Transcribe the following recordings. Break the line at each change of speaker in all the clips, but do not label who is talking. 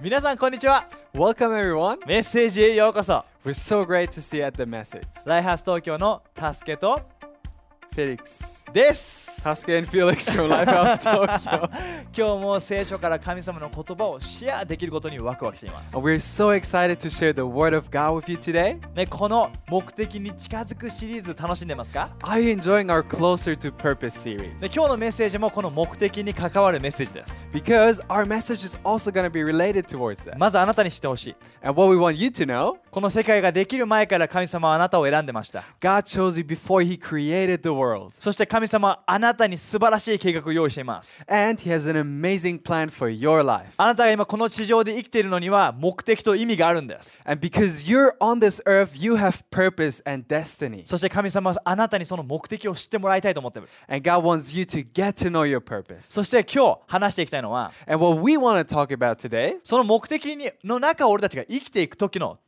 皆さんこんにちは
Welcome everyone.
メッセージへようこそ
We're so great to see you at the message.
ライハース東京のタスケと
Felix.
です
Sasuke and Felix from Lifehouse Tokyo.
今日も聖書から神様の言葉をシェアできることにワクワクしています
And we're so excited to share the word of God with you today.
ね、この目的に近づくシリーズ楽しんでますか、
Are you enjoying our Closer to Purpose series?
ね、今日のメッセージもこの目的に関わるメッセージです
Because our message is also going to be related towards that.
まずあなたに知ってほしい
And what we want you to know,
この世界ができる前から神様はあなたを選んでました
God chose you before he created the world.
そして神様はあなたに素晴らしい計画を用意しています
And he has an amazing plan for your life.
あなたが今この地上で生きているのには目的と意味があるんです
And because you're on this earth, you have purpose and destiny.
そして神様はあなたにその目的を知ってもらいたいと思っている
And God wants you to get to know your purpose.
そして今日話していきたいのは
And what we want to talk about today,
その目的にの中を俺たちが生きていく時の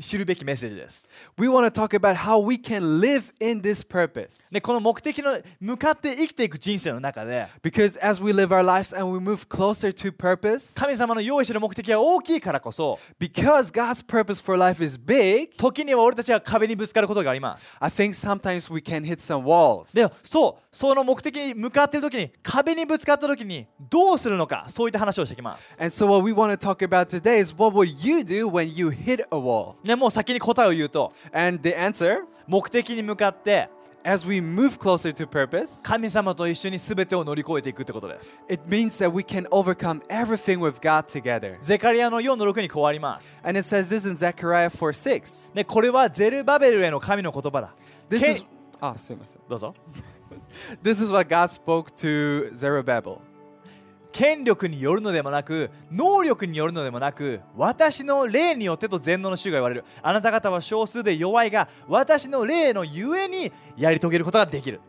知るべきメッセージです、
we want to talk about how we can live in this purpose.
ね、この目的の向かって生きていく人生の中で
Because as we live our lives and we move closer to purpose,
神様の用意している目的が大きいからこそ
because God's purpose for life is big,
時には俺たちは壁にぶつかることがあります
I think sometimes we can hit some walls.
でそうその目的に向かっている時に壁にぶつかった時にどうするのかそういった話をしてきます、
And so, what we want to talk about today is what would you do when you hit a wall?
ね、もう先に答えを言うと
And the answer,
目的に向かって
as we move closer to purpose,
神様と一緒に全てを乗り越えていくってことです
it means that we can overcome everything with God together.
ゼカリアの4の6にこうあります
And it says this in Zechariah 4 6.
でこれはゼルバベルへの神の言葉だ
This
Can-
is. Oh, すいません。
どうぞ
This is what God spoke to Zerubbabel.
権力によるのでもなく能力によるのでもなく私の霊によってと全能の主が言われるあなた方は少数で弱いが私の霊のゆえにやり遂げることができる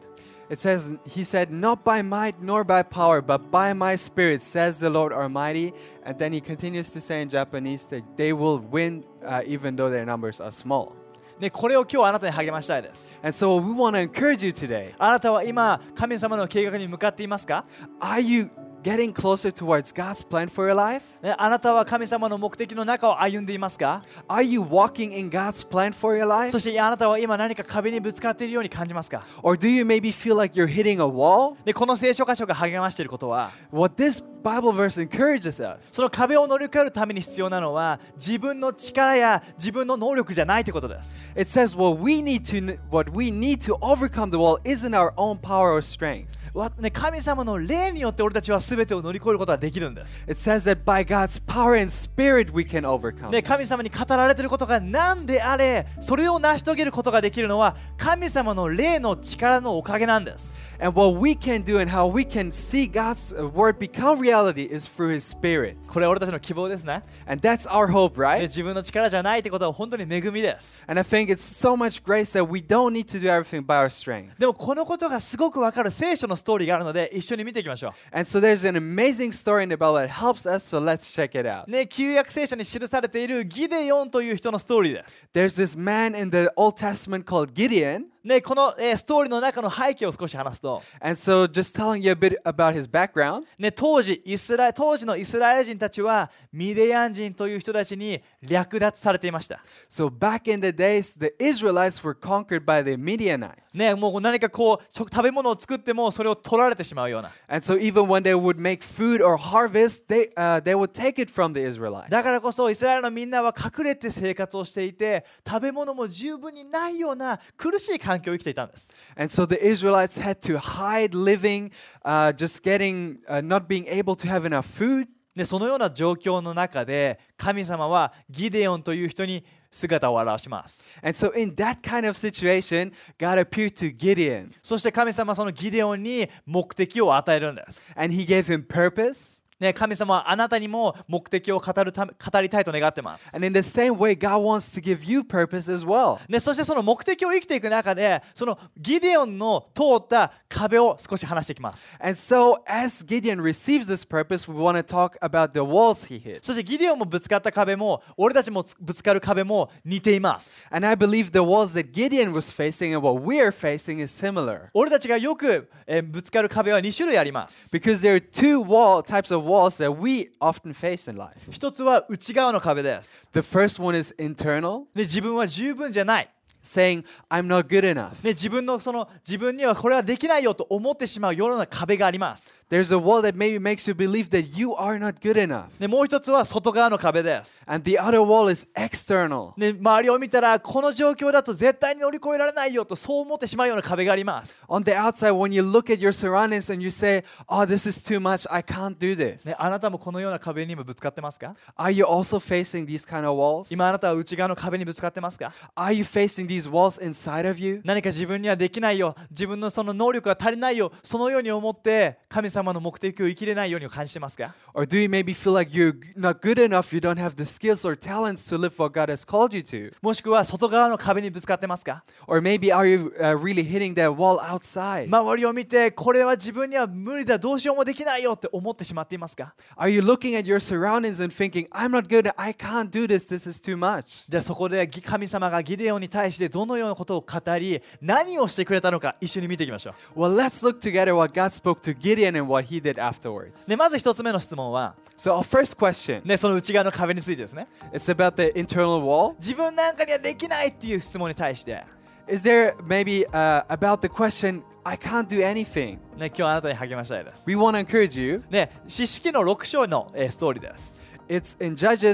It says, He said, Not by might nor by power, but by my spirit, says the Lord Almighty. And then he continues to say in Japanese that they will win uh, even though their numbers are small.
ね、これを今日あなたに励ましたいです
And so we want to encourage you today.
あなたは今神様の計画に向かっていますか、
Are you getting closer towards God's plan for your life?
ね、あなたは神様の目的の中を歩んでいますか
Are you walking in God's plan for your life?
そしてあなたは今何か壁にぶつかっているように感じますか
Or do you maybe feel like you're hitting a wall?
でこの聖書箇所が励ましていることは
What this Bible verse encourages us
その壁を乗り越えるために必要なのは自分の力や自分の能力じゃないってことです
it says what we need to what we need to overcome the wall isn't our own power or strength.
わ、ね、神様の霊によって俺たちは全てを乗り越えることができるんです、
It says that by God's power and spirit we can overcome.
ね、神様に語られていることが何であれそれを成し遂げることができるのは神様の霊の力のおかげなんです
And what we can do and how we can see God's uh, word become reality is through his spirit.
これは俺たちの希望ですね
And that's our hope,
ね
right?
自分の力じゃないってことは本当に恵みです
And I think it's so much grace that we don't need to do everything by our strength.
でもこのことがすごくわかる聖書のストーリーがあるので一緒に見ていきましょ
And so there's an amazing story in the Bible that helps us, so let's check it out.
う、ね、旧約聖書に記されているギデヨンという人のストーリーです
There's this man in the Old Testament called Gideon.
ね、この、えーストーリーの中の背景を少し話すと、
And so just telling you a bit about his background.
ね、当時イスラ当時のイスラエル人たちはミディアン人という人たちに略奪されていました、
So back in the days, the Israelites were conquered by the Midianites.
ね、もう何かこう食食べ物を作ってもそれを取られてしまうような
And so even when they would make food or harvest, they, uh, they would take it from the Israelites.
だからこそイスラエルのみんなは隠れて生活をしていて食べ物も十分にないような苦しい環境を生きていたんです、
And so the Israelites had to hide living, uh, just getting, uh, not being able to have enough food.
ね、そのような状況の中で神様はギデオンという人に姿を現します
And so in that kind of situation, God appeared to Gideon
そして神様はそのギデオンに目的を与えるんです
and he gave him purpose.
ね、神様はあなたにも目的を語るため語りたいと願ってます、
And in the same way, God wants to give you purpose as well.
ね、そしてその目的を生きていく中でそのギデオンの通った壁を少し話していきます
And so as Gideon receives this purpose, we want to talk about the walls he hit.
そしてギデオンもぶつかった壁も俺たちもつぶつかる壁も似ています
And I believe the walls that Gideon was facing and what we are facing is similar.
俺たちがよく、えーぶつかる壁は2種類あります、
Because there are two wall types of walls that we often face in life.
一つは内側の壁です
The first one is internal,
で自分は十分じゃない、
saying, I'm not good enough.
ね、自分のその自分にはこれはできないよと思ってしまうような壁があります
There's a wall that maybe makes you believe that you are not good enough.
でもう一つは外側の壁です、
And the other wall is external,
ね、周りを見たらこの状況だと絶対に乗り越えられないよとそう思ってしまうような壁があります
On the outside, when you look at your surroundings and you say, Oh, this is too much, I can't do this.
ね、あなたもこのような壁に今ぶつかってますか
Are you also facing these kind of walls?
今あなたは内側の壁にぶつかってますか
Are you facing these walls inside of you?
何か自分にはできないよ自分のその能力が足りないよそのように思って神様の目的を生きれないように感じてますか
Or do you maybe feel like you're g- not good enough, you don't have the skills or talents to live what God has called you to?
もしくは外側の壁にぶつかってますか
Or maybe are you uh, really hitting that wall outside?
周りを見てこれは自分には無理だどうしようもできないよって思ってしまっていますか
Are you looking at your surroundings and thinking, I'm not good, I can't do this, this is too much?
じゃあそこでぎ神様がギデオンに対してどのようなことを語り何をしてくれたのか一緒に見ていきましょ
Well, let's look together what God spoke to Gideon and what he did afterwards.
うでまず一つ目の質問は、
So, our first question,
ね、その内側の壁についてですね
it's about the internal wall.
自分なんかにはできないっていう質問に対して、ね、
Is there maybe uh, about the question, I can't do anything?
今日あなたに励ましたいです
We want to encourage you.
ね、詩式の6章の、えーストーリーです。
It's in Judges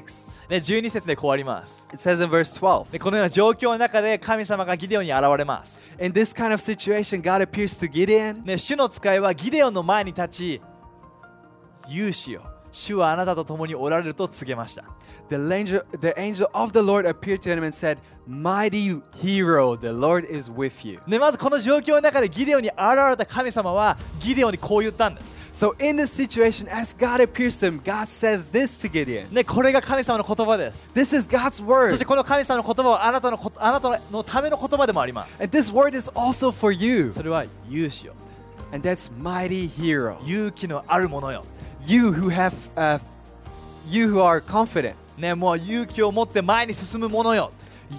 6.
ね、12節でこうあります。
It says in verse 12.
でこのような状況の中で神様がギデオンに現れます。
In this kind of situation, God appears to Gideon
ね、主の使いはギデオンの前に立ち、勇士よ、主はあなたと共におられると告げました。
The angel, the angel of the Lord appeared to him and said, Mighty hero, the Lord is with you.
ね、まずこの状況の中でギデオンに現れた神様はギデオンにこう言ったんです。
So, in this situation, as God appears to him, God says this to Gideon.
ね、これが神様の言葉です。
This is God's
そして
word.
この神様の言葉はあなたのこあなたのための言葉でもあります。
And this word is also for you.
それは勇士よ、
And that's mighty hero.
勇気のあるものよ。
You who have, uh, you who are confident.
ね、もう勇気を持って前に進むものよ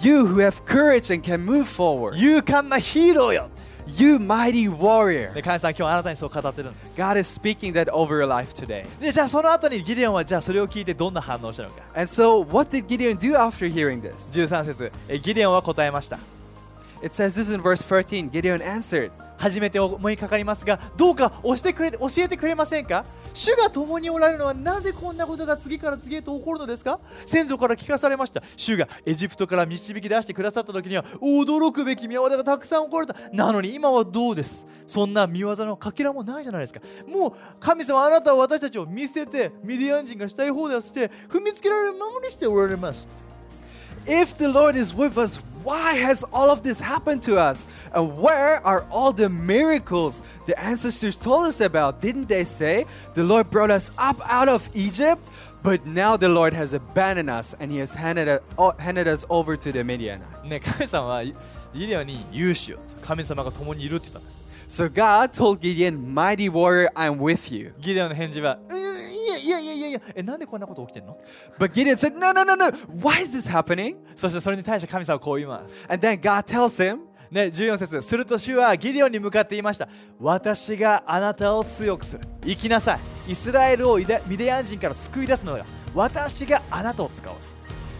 You who have courage and can move forward.
勇敢なヒーローよ
You mighty warrior.
で神さん今日あなたにそう語ってるんです
God is speaking that over your life today.
でじゃあその後にギデオンはじゃあそれを聞いてどんな反応をしたのか
And so, what did Gideon do after hearing this?
13節えギデオンは答えました
It says this in verse 13 Gideon answered,
初めて思いかかりますがどうか教えてくれ教えてくれませんか主が共におられるのはなぜこんなことが次から次へと起こるのですか先祖から聞かされました主がエジプトから導き出してくださった時には驚くべき見業がたくさん起これたなのに今はどうですそんな見業のかけらもないじゃないですかもう神様あなたは私たちを見捨ててミディアン人がしたい放題をして踏みつけられるままにしておられます
If the Lord is with us, why has all of this happened to us? And where are all the miracles the ancestors told us about? Didn't they say the Lord brought us up out of Egypt? But now the Lord has abandoned us and he has handed, us- o- handed us over to the Midianites.
ね神様は ギデオンに勇士よ神様が共にいるって言ったんです
So God told Gideon, Mighty warrior, I'm with you.
ギデオンの返事は、うんいやいやいやいやいや、え、なんでこんなこと起きてんの
But Gideon said, No, no, no, no. Why is this happening?
そしてそれに対して神様はこう言います。
And then God tells him,
ね、14節すると主はギデオンに向かって言いました。私があなたを強くする。行きなさい。イスラエルをイデミディアン人から救い出すのが私があなたを使わす。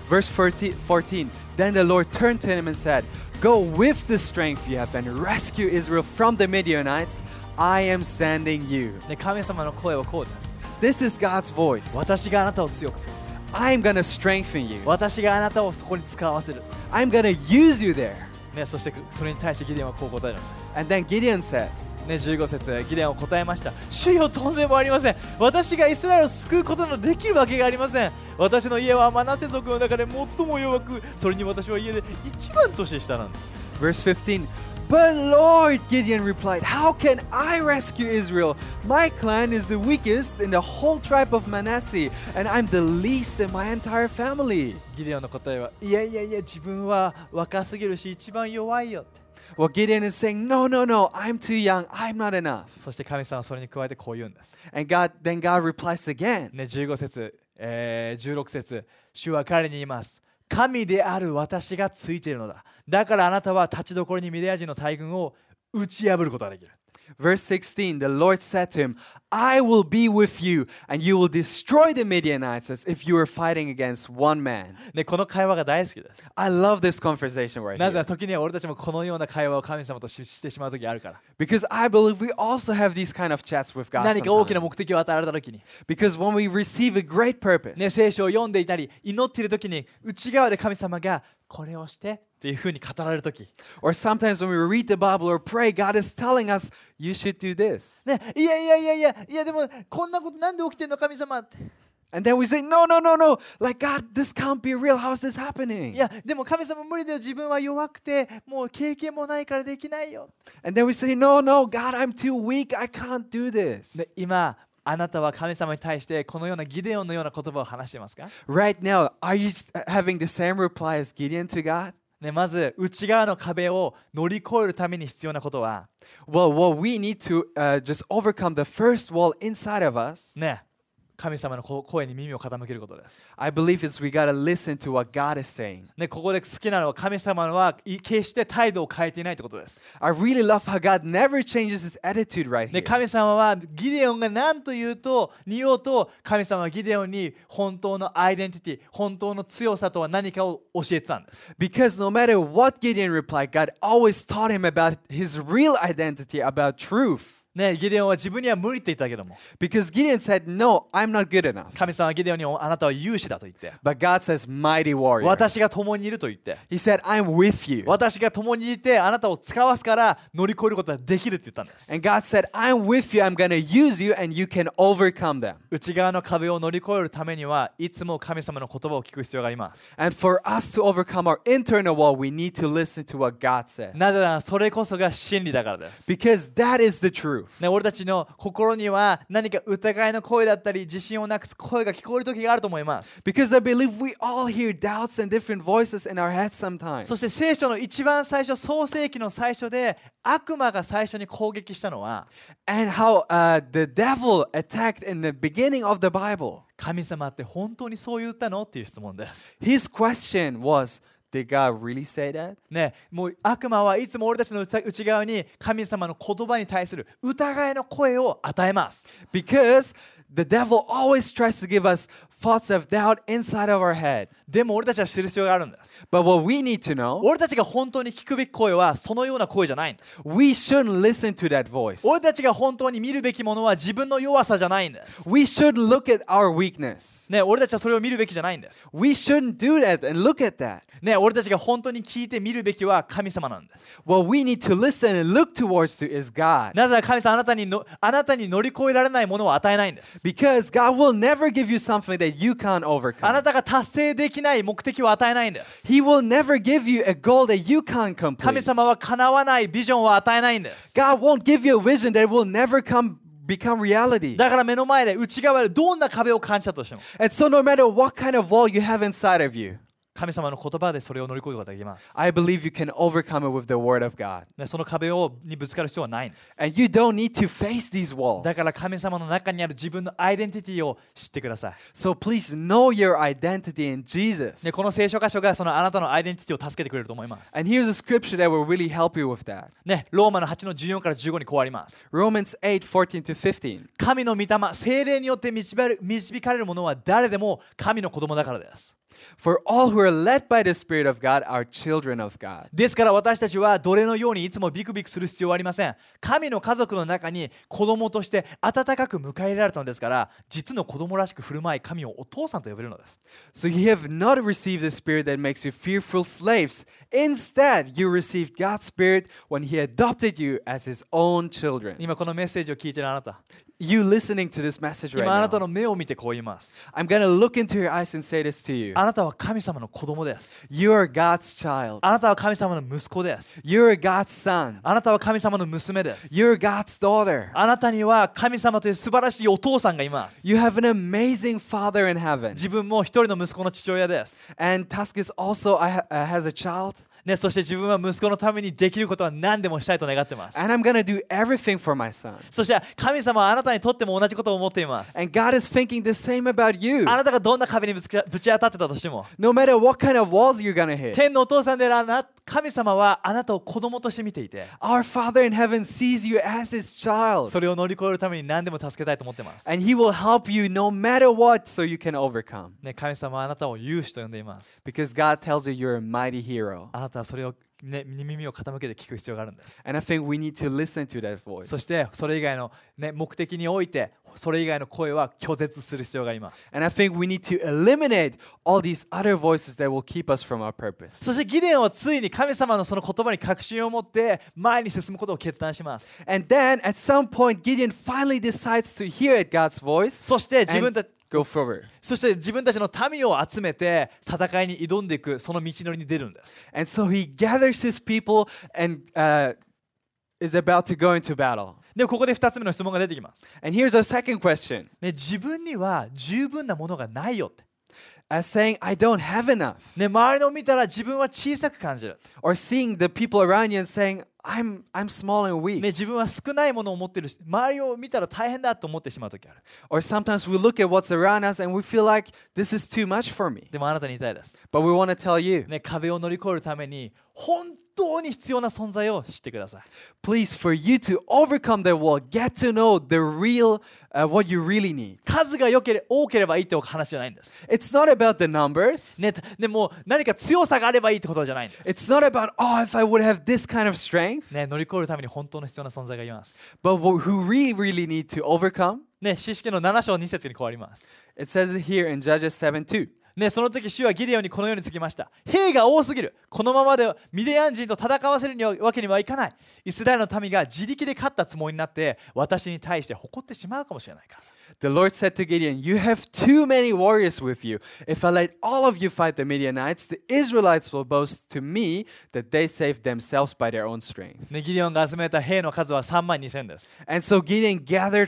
Verse 14, 14 Then the Lord turned to him and said, Go with the strength you have and rescue Israel from the Midianites. I am sending you.
ね、神様の声はこうです。
This is God's voice.
私があなたを強くする。
I'm going to strengthen you.
私があなたをそこに使わせる。
I'm going to use you there.
ね、そしてそれに対してギデオンはこう答えるんです。
And then Gideon says,
ね、15節ギデオンは答えました主よとんでもありません私がイスラエルを救うことのできるわけがありません私の家はマナセ族の中で最も弱くそれに私は家で一番年下なんです
Verse 15 But Lord, Gideon replied, How can I rescue Israel? My clan is the weakest in the whole tribe of Manasseh, and I'm the least in my entire family.
ギデオンの答えはいやいやいや自分は若すぎるし一番弱いよって
Well, Gideon is saying, No, no, no, I'm too young, I'm not enough.
そして神様はそれに加えてこう言うんです、
And God then God replies again.
ね、15節、えー16節主は彼に言います神である私がついているのだだからあなたは立ちどころにミデア人の大軍を打ち破ることができる
Verse 16 The Lord said to him, I will be with you, and you will destroy the Midianites as if you were fighting against one man.
ね、この会話が大好きです。
I love this conversation right
なぜなら
here
時には俺たちもこのような会話を神様とししてしまう時あるから。
because I believe we also have these kind of chats with God.
何か大きな
sometimes.
目的を与えられた時に、
Because when we receive a great
ね、
purpose,
聖書を読んでいたり祈っている時に内側で神様がこれをしてっていうふうに語られる時、
or sometimes when we read the Bible or pray, God is telling us, You should do this.
ね、いやいやいやいやいやでもこんなことなんで起きてんの神様って。
And then we say, No, no, no, no. Like, God, this can't be real. How's this happening?
いやでも神様無理だよ自分は弱くてもう経験もないからできないよ。
And then we say, No, no, God, I'm too weak. I can't do this.
で今あなたは神様に対してこのようなギデオンのような言葉を話していますか、
Right now, are you s- uh, having the same reply as Gideon to God?
ね、まず内側の壁を乗り越えるために必要なことは、
Well, what we need to uh, just overcome the first wall inside of us,
ね、神様のこ声に耳を傾けることです。
I believe is we gotta listen to what God is saying.
ね、ここで好きなのは神様はい決して態度を変えていないってことです。
I really love how God never changes his attitude right
ね、
here.
神様はギデオンが何と言うと、言おうと、神様はギデオンに本当のアイデンティティ、本当の強さとは何かを教えてたんです。
Because no matter what Gideon replied, God always taught him about his real identity, about truth.
ね、ギデオンは自分には無理って言ったけども、
Because Gideon said, No, I'm not good enough.
神様はギデオンにあなたは勇士だと言って、
But God says, Mighty warrior.
私が共にいると言って、
He said, I'm with you.
私が共にいてあなたを使わすから乗り越えることができるって言ったんです。
And God said, I'm with you. I'm going to use you and you can overcome them.
内側の壁を乗り越えるためにはいつも神様の言葉を聞く必要があります。
And for us to overcome our internal wall, we need to listen to what God said.
なぜならそれこそが真理だからです。
Because that is the truth.
ね、俺たちの心には何か疑いの声だったり自信をなくす声が聞こえる時があると思います。
Because I believe we all hear doubts and different voices in our heads sometimes.
そして聖書の一番最初創世記の最初で悪魔が最初に攻撃したのは
and how uh, the devil attacked in the beginning of the Bible.
神様って本当にそう言ったのっていう質問です。
His question was, Did God really say that?
ね、もう悪魔はいつも俺たちの内内側に神様の言葉に対する疑いの声を与えます。
Because the devil always tries to give us thoughts of doubt inside of our head.
でも俺たちは知る必要があるんです。
But what we need to know,
俺たちが本当に聞くべき声はそのような声じゃないんです。
we shouldn't listen to that voice.
俺たちが本当に見るべきものは自分の弱さじゃないんです。
We should look at our weakness.
ね、俺たちはそれを見るべきじゃないんです。
We shouldn't do that and look at that.
ね、俺たちが本当に聞いて見るべきは神様なんです。
What we need to listen and look towards to is God.
なぜなら神様あなたにのあなたに乗り越えられないものを与えないんです。
Because God will never give you something that you can't
あ
overcome.
なたが達成できない目的を与えないんです。
He will never give you a goal that you can't
神
complete.
様は叶わないビジョンを与えないんです。
God won't give you a vision that will never come become reality.
だから目の前で内側でどんな壁を感じたとしても
And so no matter what kind of wall you have inside of you,
神様の言葉でそれを乗り越えることができます。
I believe you can overcome it with the word of God.
ね、その壁をにぶつかる必要はないんです。
And you don't need to face these walls.
だから神様の中にある自分のアイデンティティを知ってください。
So please know your identity in Jesus.
ね、この聖書箇所がそのあなたのアイデンティティを助けてくれると思います。
And here's a scripture that will really help you with that.
ね、ローマの8の14から15にこうあります。
Romans 8, 14 to 15.
神の御霊、精霊によって導かれ導かれるものは誰でも神の子供だからです。
For all who are led by the Spirit of God are children of God.
ですから私たちは奴隷のようにいつもビクビクする必要はありません。神の家族の中に子供として温かく迎え入れられたのですから、実の子供らしく振る舞い、神をお父さんと呼べるのです。
So you have not received the spirit that makes you fearful slaves. Instead, you received God's spirit when he adopted you as his own children.
今このメッセージを聞いているあなた、
You listening to this message
今あな
right
た
now.
の目を見てこう言います。
I'm going to look into your eyes and say this to you.
あなたは神様の子供です。
You are God's child.
あなたは神様の息子です。
You're God's son.
あなたは神様の娘です。
You're God's daughter.
あなたには神様という素晴らしいお父さんがいます。
You have an amazing father in heaven.
自分も一人の息子の父親です。
And Tusk is also I ha- uh, has a child.
ね、そして自分は息子のためにできることは何でもしたいと願ってます。
And I'm going to do everything for my son.
そして神様はあなたにとっても同じことを思っています。
And God is thinking the same about you.
あなたがどんな壁にぶつかぶち当たってたとしても、
No matter what kind of walls you're going to hit,
天のお父さんであるあな神様はあなたを子供として見ていて、
our Father in heaven sees you as his child.
それを乗り越えるために何でも助けたいと思ってます。
And he will help you no matter what so you can overcome.
ね、神様はあなたを勇士と呼んでいます。
Because God tells you you're a mighty hero.
あなたはそれを、ね、耳を傾けて聞く必要があるんです。
And I think we need to listen to that voice.
そしてそれ以外の、ね、目的においてそれ以外の声は拒絶する必要があります。
And I think we need to eliminate all these other voices that will keep us from our purpose.
そしてギデオンはついに神様のその言葉に確信を持って前に進むことを決断します。
And then at some point, Gideon finally decides to hear at God's voice
そして自分た
and go forward.
そして自分たちの民を集めて戦いに挑んでいくその道のりに出るんです。
And so he gathers his people and uh, is about to go into battle.
でここで2つ目の質問が出てきます。
And here's our second question
ね、自分には十分なものがないよって。
as saying, I don't have enough.
ね、周りのを見たら自分は小さく感じる。
Or seeing the people around you and saying, I'm, I'm small and
ね、
weak.
自分は少ないものを持ってるし周りを見たら大変だと思ってしまう時ある。
Or sometimes we look at what's around us and we feel like this is too much for me.
でもあなたに言いたいです。
But we want to tell you
ね、壁を乗り越えるために本当に必要な存在を知ってください。
please, for you to overcome the wall, get to know the real, uh, what you really need.
数が良けれ多ければいいって話じゃないんです。
It's not about the numbers.
ね、たでも何か強さがあればいいってことじゃないんです。
It's not about, oh, if I would have this kind of strength.
ね、乗り越えるために本当の必要な存在がいます。
But wh- who we really need to overcome,
ね、詩式の7章2節に変わります。
it says it here in Judges 7 2.
ね、その時主はギデオンにこのように告げました。兵が多すぎる。このままではミディアン人と戦わせるにはわけにはいかない。イスラエルの民が自力で勝ったつもりになって私に対して誇ってしまうかもしれないから。
The Lord said to Gideon, You have too many warriors with you. If I let all of you fight the Midianites, the Israelites will boast to me that they saved themselves by their own strength.
ね、ギデオンが集めた兵の数は3万2000です。
And so Gideon gathered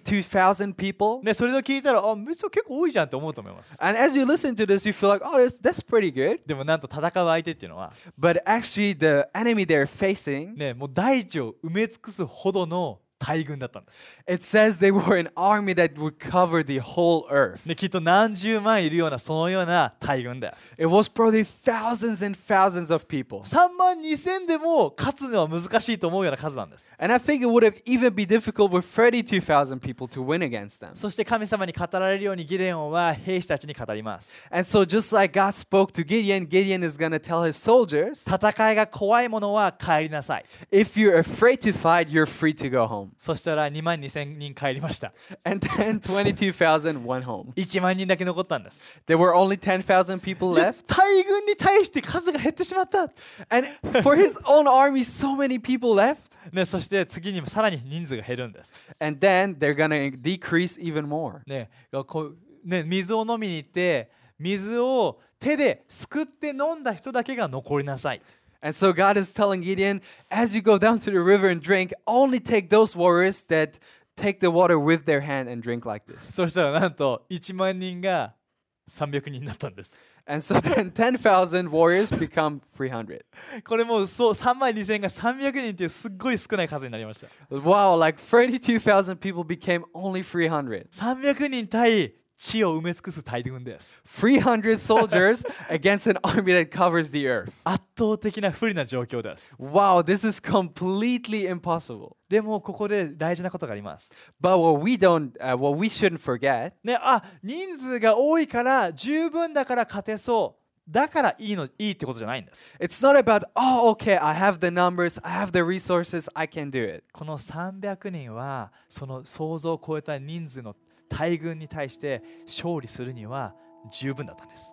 32,000 people.
ね、それを聞いたら、あ、別に結構多いじゃんって思うと思います。
And as you listen to this, you feel like, Oh, that's, that's pretty good.
でもなんと戦う相手っていうのは、
But actually, the enemy they're facing,
ね、もう大地を埋め尽くすほどの大軍だったんです。
it says they were an army that would cover the whole earth.
ね、きっと何十万いるようなそのような大軍です。
It was probably thousands and thousands of people.
3万2000でも勝つのは難しいと思うような数なんです。
And I think it would have even been difficult with 32,000 people to win against them.
そして神様に語られるようにギデオンは兵士たちに語ります。
And so, just like God spoke to Gideon, Gideon is going to tell his soldiers
戦いが怖いものは帰りなさい。
if you're afraid to fight, you're free to go home.
そしたら2万2000人帰りました。
And then 22,000 went home.
1万人だけ残ったんです。
There were only 10,000 people
で
left.
大軍に対して数が減ってしまった。
And for his own army, so many people left.
ね、 そして次にさらに人数が減るんです。
And then they're going to decrease even more.
ねこうね、水を飲みに行って水を手ですくって飲んだ人だけが残りなさい。
And so, God is telling Gideon, as you go down to the river and drink, only take those warriors that take the water with their hand and drink like this.
そしたらなんと1万人が300人になったんです。
And so then 10,000 warriors become 300.
これもうそう3万2000が300人っていうすっごい少ない数になりました。
Wow, like 32,000 people became only 300.
300人対地を埋め尽くす大軍です。
300 soldiers against an army that covers the earth.
圧倒的な不利な状況です。
Wow, this is completely impossible.
でもここで大事なことがあります。
But what we don't, uh, what we shouldn't forget
ね、あ人数が多いから十分だから勝てそうだからいいのいいってことじゃないんです。
It's not about, oh, okay, I have the numbers, I have the resources, I can do it.
この300人はその想像を超えた人数の大軍に対して勝利するには十分だったんです、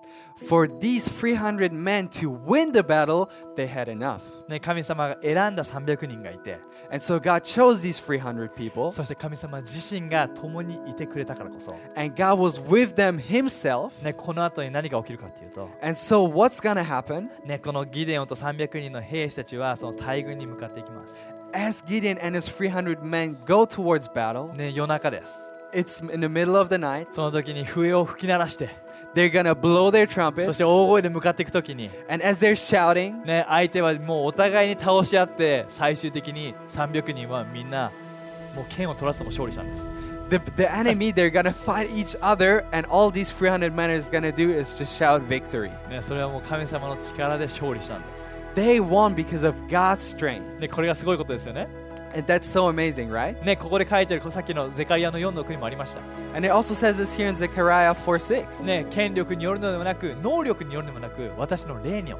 For these 300 men to win the battle, they had enough.
ね、神様が選んだ300人がいて
And so God chose these 300 people,
そして神様自身が共にいてくれたからこそ、
and God was with them Himself.
ね、この後に何が起きるかっていうと、
And so, what's gonna happen?
ね、このギデオンと300人の兵士たちはその大軍に向かっていきます、
As Gideon and his 300 men go towards battle,
ね、夜中です
it's in the middle of the night.
その時に笛を吹き鳴らして
They're gonna blow their
そし
trumpets.
て大声で向かっていく時に
And as they're shouting,
ね相手はもうお互いに倒し合って最終的に300人はみんなもう剣を取らせても勝利したんです
the, the enemy, they're gonna fight each other, and all these 300 men is gonna do is just shout victory.
ね、それはもう神様の力で勝利したんです
They won because of God's strength.
でこれがすごいことですよね
And that's so amazing, right?
ねここで書いてるさっきのゼカリアの4の国もありました
And it also says this here in Zechariah 4 6.
ね権力によるのでもなく能力によるのでもなく私の霊によっ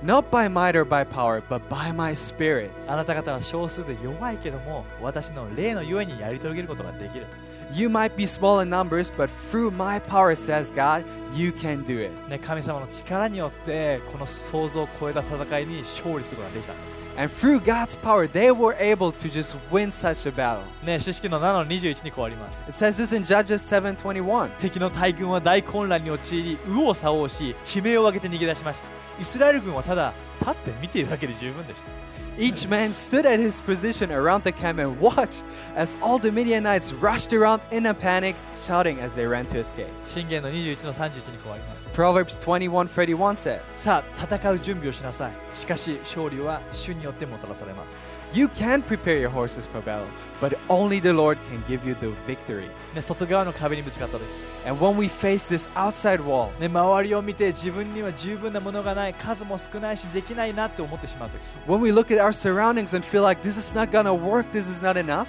て
Not by might or by power, but by my spirit.
あなた方は少数で弱いけども私の霊のゆえにやり遂げることができる、
You might be small in numbers, but through my power, says God, you can do it.
ね、神様の力によってこの想像を超えた戦いに勝利することができたんです
And through God's power, they were able to just win such a battle.
ね詩式の7の21にこうあります
It says this in Judges 7:21.
敵の大軍は大混乱に陥り右往左往し悲鳴を上げて逃げ出しましたイスラエル軍はただ立って見ているだけで十分でした
Each man stood at his position around the camp and watched as all the Midianites rushed around in a panic, shouting as they ran to escape.
信玄の21の31にこうあります
Proverbs 21:31 says,
さあ戦う準備をしなさいしかし勝利は主によってもたらされます
"You can prepare your horses for battle, but only the Lord can give you the victory."
ね外側の壁にぶつかった時
And when we face this outside wall,
ね周りを見て自分には十分なものがない数も少ないしできないなって思ってしまう時
when we look at our surroundings and feel like this is not gonna work, this is not enough,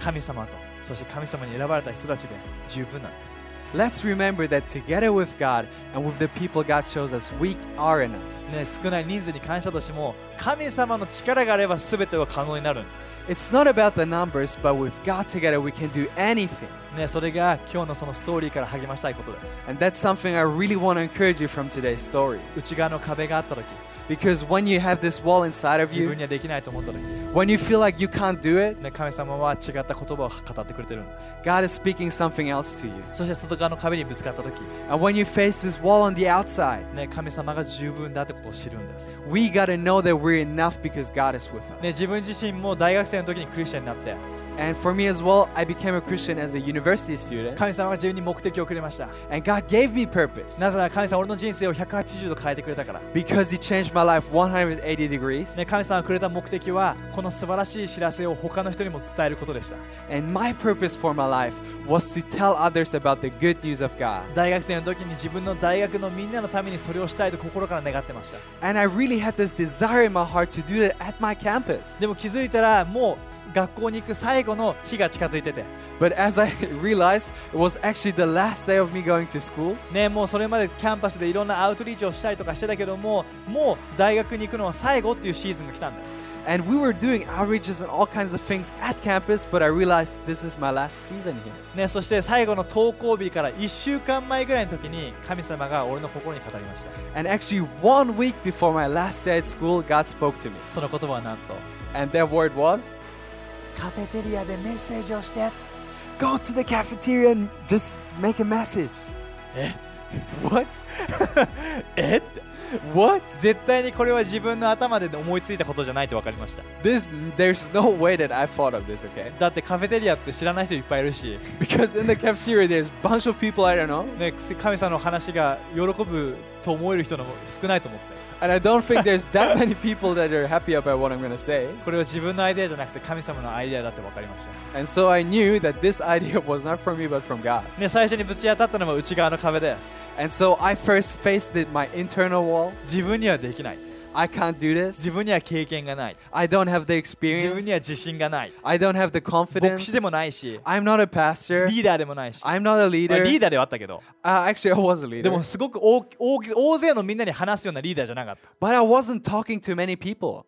神様とそして神様に選ばれた人たちで十分なんです
let's remember that together with God and with the people God chose us, we are enough.
ね、少ない人数に関したとしても神様の力があれば全ては可能になるんで
It's not about the numbers, but with God together, we can do anything.
す、ね、それが今日のそのストーリーから励ましたいことです
And that's something I really want to encourage you from today's story.
内側の壁があった時
Because when you have this wall inside of
自分
you,
にはできないと思った時、
when you feel like you can't do it,
ね、神様は違った言葉を語ってくれてるんです
God is speaking something else to you.
そして外側の壁にぶつかった時、
And when you face this wall on the outside,
ね、神様が十分だってことを知るんです、
we got to know that we're enough because God is with us.
ね、自分自身も大学生の時にクリスチャンになって
And for me as well, I became a Christian as a university student,
神様が自分に目的をくれました
and God gave me purpose
なぜなら神様は俺の人生を180度変えてくれたから、
because He changed my life 180 degrees.
ね、神様がくれた目的はこの素晴らしい知らせを他の人にも伝えることでした
And my purpose for my life was to tell others about the good news of God.
大学生の時に自分の大学のみんなのためにそれをしたいと心から願ってました
And I really had this desire in my heart to do that at my campus.
でも気づいたらもう学校に行く最後の日が近づいてて
But as I realized, it was actually the last day of me going to school.
ねもうそれまでキャンパスでいろんなアウトリーチをしたりとかしてたけどももう大学に行くのは最後っていうシーズンが来たんです
And we were doing outreaches and all kinds of things at campus, but I realized this is my last season here.
ねそして最後の登校日から1週間前ぐらいの時に神様が俺の心に語りました
And actually, one week before my last day at school, God spoke to me.
その言葉はなんと
And that word was
カフェテリアでメッセージをして
go to the cafeteria and just make a message.
Eh?
what?
えって
What?
絶対にこれは自分の頭で思いついたことじゃないって分かりました
This there's no way that I thought of this, okay?
だってカフェテリアって知らない人いっぱいいるし、
Because in the cafeteria there's a bunch of people I don't know,
ね、神様の話が喜ぶと思える人の方が少ないと思って。
and I don't think there's that many people that are happy about what I'm gonna say.
これは自分のアイデアじゃなくて神様のアイデアだって分かりました。
And so I knew that this idea was not from me but from God.
ね、最初にぶち当たったのは内側の壁です。
And so I first faced the, my internal wall.
自分にはできない。
I can't do
自
this.
分には経験がない。
I don't have the
自分には
experience.
自信がない。
I don't have the
牧
confidence.
師でもないし、
I'm not a pastor.
リーダーでもないし。
I'm not a
まあ
leader.
リーダーではあったけど、
Uh, actually, I was a leader.
でもすごく大き大き大勢のみんなに話すようなリーダーじゃなかった。
But I wasn't talking to many people.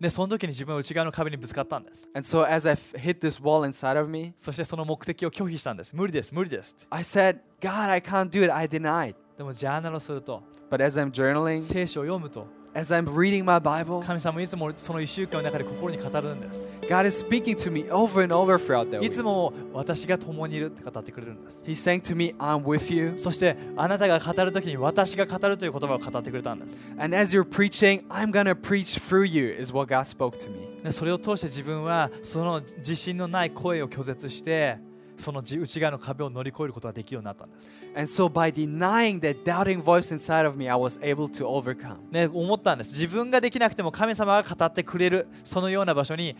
で、その時に自分は内側の壁にぶつかったんです。
And so as I f- hit this wall inside of me,
そしてその目的を拒否したんです。無理です、無理ですって。
I said, God, I can't do it. I denied.
でもジャーナルをすると、
But as I'm journaling,
聖書を読むと
as I'm reading my Bible,
神様いつもその1週間の中で心に語るんです
God is speaking to me over and over throughout that
い
week.
つも私が共にいるって語ってくれるんです
He's saying to me, I'm with you.
そしてあなたが語る時に私が語るという言葉を語ってくれたんです
And as you're preaching, I'm going to preach through you, is what God spoke to me.
でそれを通して自分はその自信のない声を拒絶してその自内側の壁を乗り越えることができるようになったんです、
And so by denying that doubting voice inside of me, I was able to overcome.
ね、思ったんです自分ができなくても神様が語ってくれるそのような場所に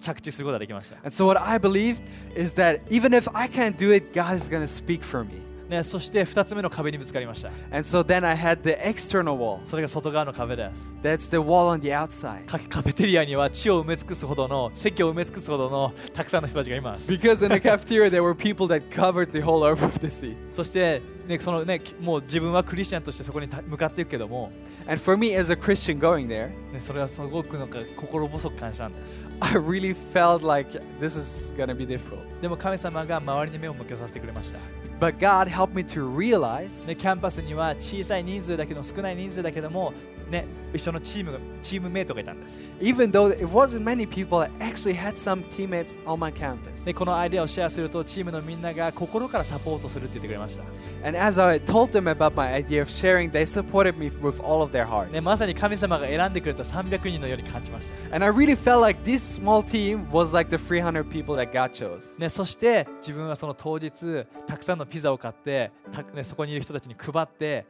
着地することができました、
And so what I believed is that even if I can't do it, God is going to speak for me.
ね、そして2つ目の壁にぶつかりました
And so then I had the external wall.
それが外側の壁です。
That's the wall on the outside.
カカフェテリアには地を埋め尽くすほどの席を埋め尽くすほどのたくさんの人たちがいます。
Because in the cafeteria, there were people that covered the whole over of the seats.
そして、ね、そのね、もう自分はクリスチャンとしてそこにた向かっていくけども、
And for me, as a Christian going there,
ね、それはすごくなんか心細く感じたんです。
I really felt like this is going to be difficult.
でも神様が周りに目を向けさせてくれました。
But God helped me to realize
ね、キャンパスには小さい人数だけど少ない人数だけども、ね、一緒のチームがチームメイトがいたんです。
even though it wasn't many people, I actually had some teammates on my campus.
でこのアイデアをシェアするとチームのみんなが心からサポートするって言ってくれました。
And as I told them about my idea of sharing, they supported me with all of their hearts.
ね、まさに神様が選んでくれた300人のように感じました。
And I really felt like this small team was like the 300 people that God chose.
ね、そして自分はその当日たくさんのピザを買ってた、ね、そこにいる人たちに配って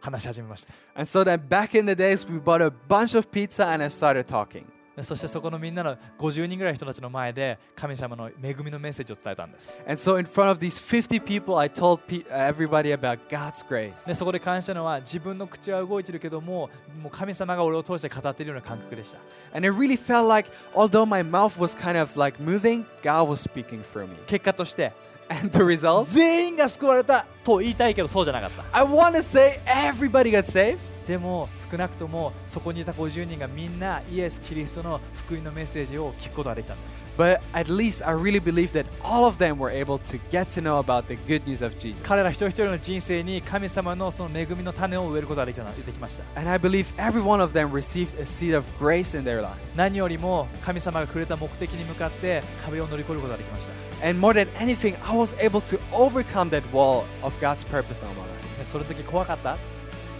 話し始めました、
And so then back in the days, we bought a bunch of pizza and I started talking.
ね、そしてそこのみんなの50人ぐらいの人たちの前で神様の恵みのメッセージを伝えたんです、
And so in front of these 50 people, I told pe- uh, everybody about God's grace.
ね、そこで感じたのは自分の口は動いてるけどももう神様が俺を通して語っているような感覚でした
And it really felt like, although my mouth was kind of like moving, God was speaking through me.
結果として
And the results?
全員が救われたと言いたいけどそうじゃなかった
I want to say everybody got saved.
でも少なくともそこにいた50人がみんなイエス・キリストの福音のメッセージを聞くことができたんです
But at least I really believe that all of them were able to get to know about the good news of Jesus.
彼ら一人一人の人生に神様のその恵みの種を植えることができたなできました
And I believe every one of them received a seed of grace in their life.
何よりも神様がくれた目的に向かって壁を乗り越えることができました
And more than anything, I was able to overcome that wall of God's purpose on my life.
ねその時怖かった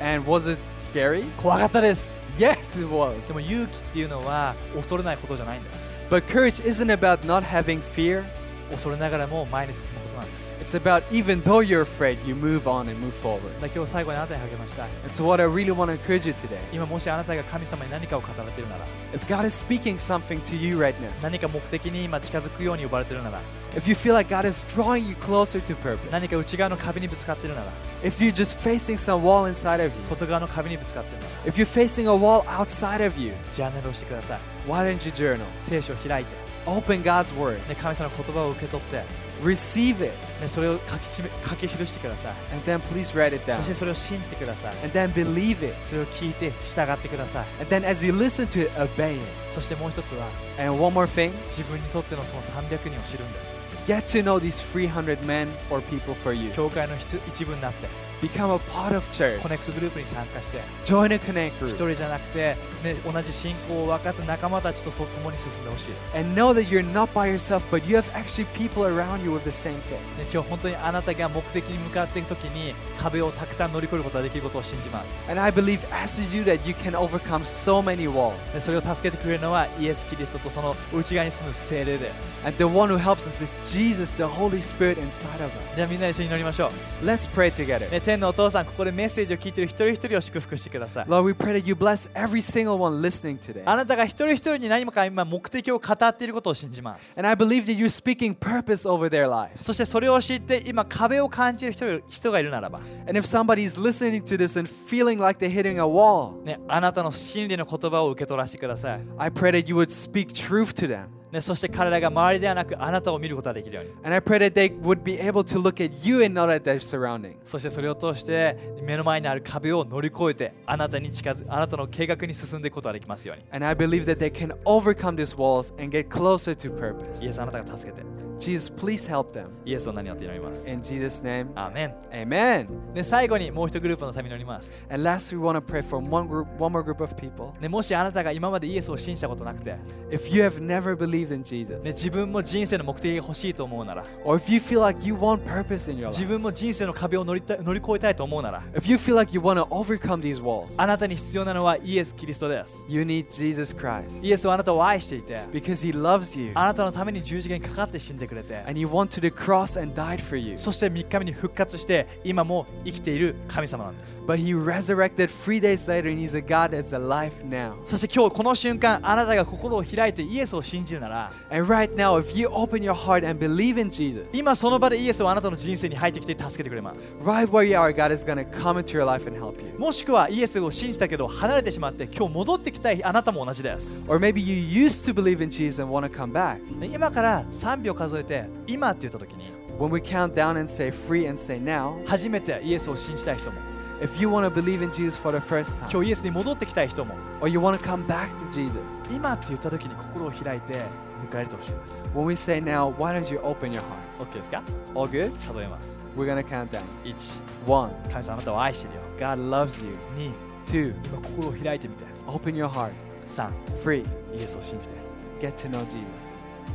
And was it scary?
怖かったです
Yes, it was.
でも勇気っていうのは恐れないことじゃないんです
But courage isn't about not having fear.
恐れながらも前に進むことなんです
It's about even though you're afraid, you move on and move forward.
だから今日最後にあなたに励ましたい
And so, what I really want to encourage you today
今もしあなたが神様に何かを語られているなら
if God is speaking something to you right now,
何か目的に今近づくように呼ばれているなら
if you feel like God is drawing you closer to
何
purpose,
か内側の壁にぶつかっているなら
if you're just facing some wall inside of you,
外側の壁にぶつかっているなら
if you're facing a wall outside of you,
ジャーナルをしてください
why don't you journal?
聖書を開いて
Open God's Word,
で神様の言葉を受け取って、
receive it,
ね、それを書きちめ書き記してください
and then please write it
そ
down.
してそれを信じてください
And then believe it.
それを聞いて従ってください
And then as you listen to it, obey it.
そしてもう一つは
And one more thing
自分にとってのその300人を知るんです
get to know these 300 men or people for you.
教会の一一部になって
Become a part of church.
コネクトグループに参加して
Join a connect
一
group.
人じゃなくて、ね、同じ信仰を分かつ仲間たちとそう共に進んでほしいです、ね、
And know that you're not by yourself, but you have actually people around you with the same faith.
今日本当にあなたが目的に向かっていく時に壁をたくさん乗り越えることができることを信じます
And I believe as you do that, you can overcome so many
で
walls.
それを助けてくれるのはイエス・キリストとその内側に住む精霊です
And the one who helps us is Jesus, the Holy Spirit inside of us.
じゃあみんなで一緒に祈りましょう
Let's pray together.
ね、天のお父さん、ここでメッセージを聞いている一人一人を祝福してください。
Lord, we pray that you bless every single one listening today.
あなたが一人一人に何もか今目的を語っていることを信じます。
And I believe that you're speaking purpose over their lives.
そしてそれを知って今壁を感じる人人がいるならば、
And if somebody is listening to this and feeling like they're hitting a wall,
ね、あなたの真理の言葉を受け取らせてください、
I pray that you would speak truth to them.
ね。そして彼らが周りではなくあなたを見ることができるように。
And I pray that they would be able to look at you and not at their surroundings.
そしてそれを通して目の前にある壁を乗り越えてあなたに近づあなたの計画に進んでいくことができますように。
And I believe that they can overcome these walls and get closer to purpose.
イエスあなたが助けて、
Jesus, please help them.
イエスの名によって祈ります。
In Jesus' name,
アーメン。
amen.
で最後にもう一グループのために祈ります。
And last, we want to pray for one group, one more group of people.
ね、もしあなたが今までイエスを信じたことなくて、
If you have never believed believes in
ね、
Jesus,
自分も人生の目的が欲しいと思うなら
or if you feel like you want purpose in your
自
life,
分も人生の壁を乗りた乗り越えたいと思うなら
if you feel like you want to overcome these walls,
あなたに必要なのはイエス・キリストです。
you need Jesus Christ
イエスはあなたを愛していて、
because he loves you
あなたのために十字架にかかって死んでくれて、
and he went to the cross and died for you.
そして3日目に復活して、今も生きている神様なんです。
But he resurrected three days later and he's a God that's alive now.
そして今日この瞬間、あなたが心を開いてイエスを信じるなら、
And right now, if you open your heart and believe in Jesus,
今その場でイエスはあなたの人生に入ってきて助けてくれます。
right where you are, God is going to come into your life and help you.
もしくはイエスを信じたけど離れてしまって今日戻ってきたいあなたも同じです。
Or maybe you used to believe in Jesus and want to come back.
で今から3秒数えて今って言った時に
When we count down and say free and say now,
初めてイエスを信じたい人も
if you want to believe in Jesus for the first time,
今日イエスに戻ってきたい人も
or you want to come back to Jesus,
今って言った時に心を開いて迎え入れてほしいです。
when we say now, why don't you open your heart?
OK ですか
All good?
数えます。
We're going to count down.
1、
One,
神様あなたを愛してるよ。
God loves you.
2、
Two,
今心を開いてみて。
open your heart.
3、
Free.
イエスを信じて。
Get to know Jesus.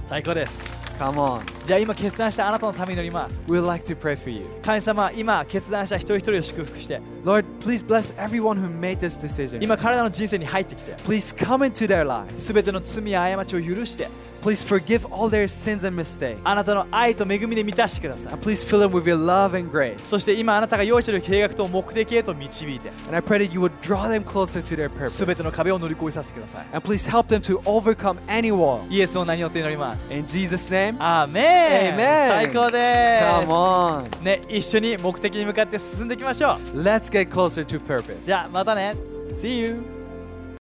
最高です。
Come on.
じゃあ今決断したあなたのために乗ります。
We'd like to pray for you.
神様、今決断した一人一人を祝福して、
Lord, please bless everyone who made this decision.
今彼らの人生に入ってきて、
Please come into their
す
lives.
べての罪や過ちを許して、
Please forgive all their sins and mistakes.
あなたの愛と恵みで満たしてください
And。please fill them with your love and grace.
そして今あなたが用意している計画と目的へと導いて、
And I pray that you would draw them closer to their purpose.
すべての壁を乗り越えさせてください。
And please help them to overcome any wall.
イエスの名によって祈ります。
In Jesus' name,
アーメン
Amen
最高です
come on.
ね、一緒に目的に向かって進んでいきましょう
Let's get closer to purpose.
じゃあまたね
See you.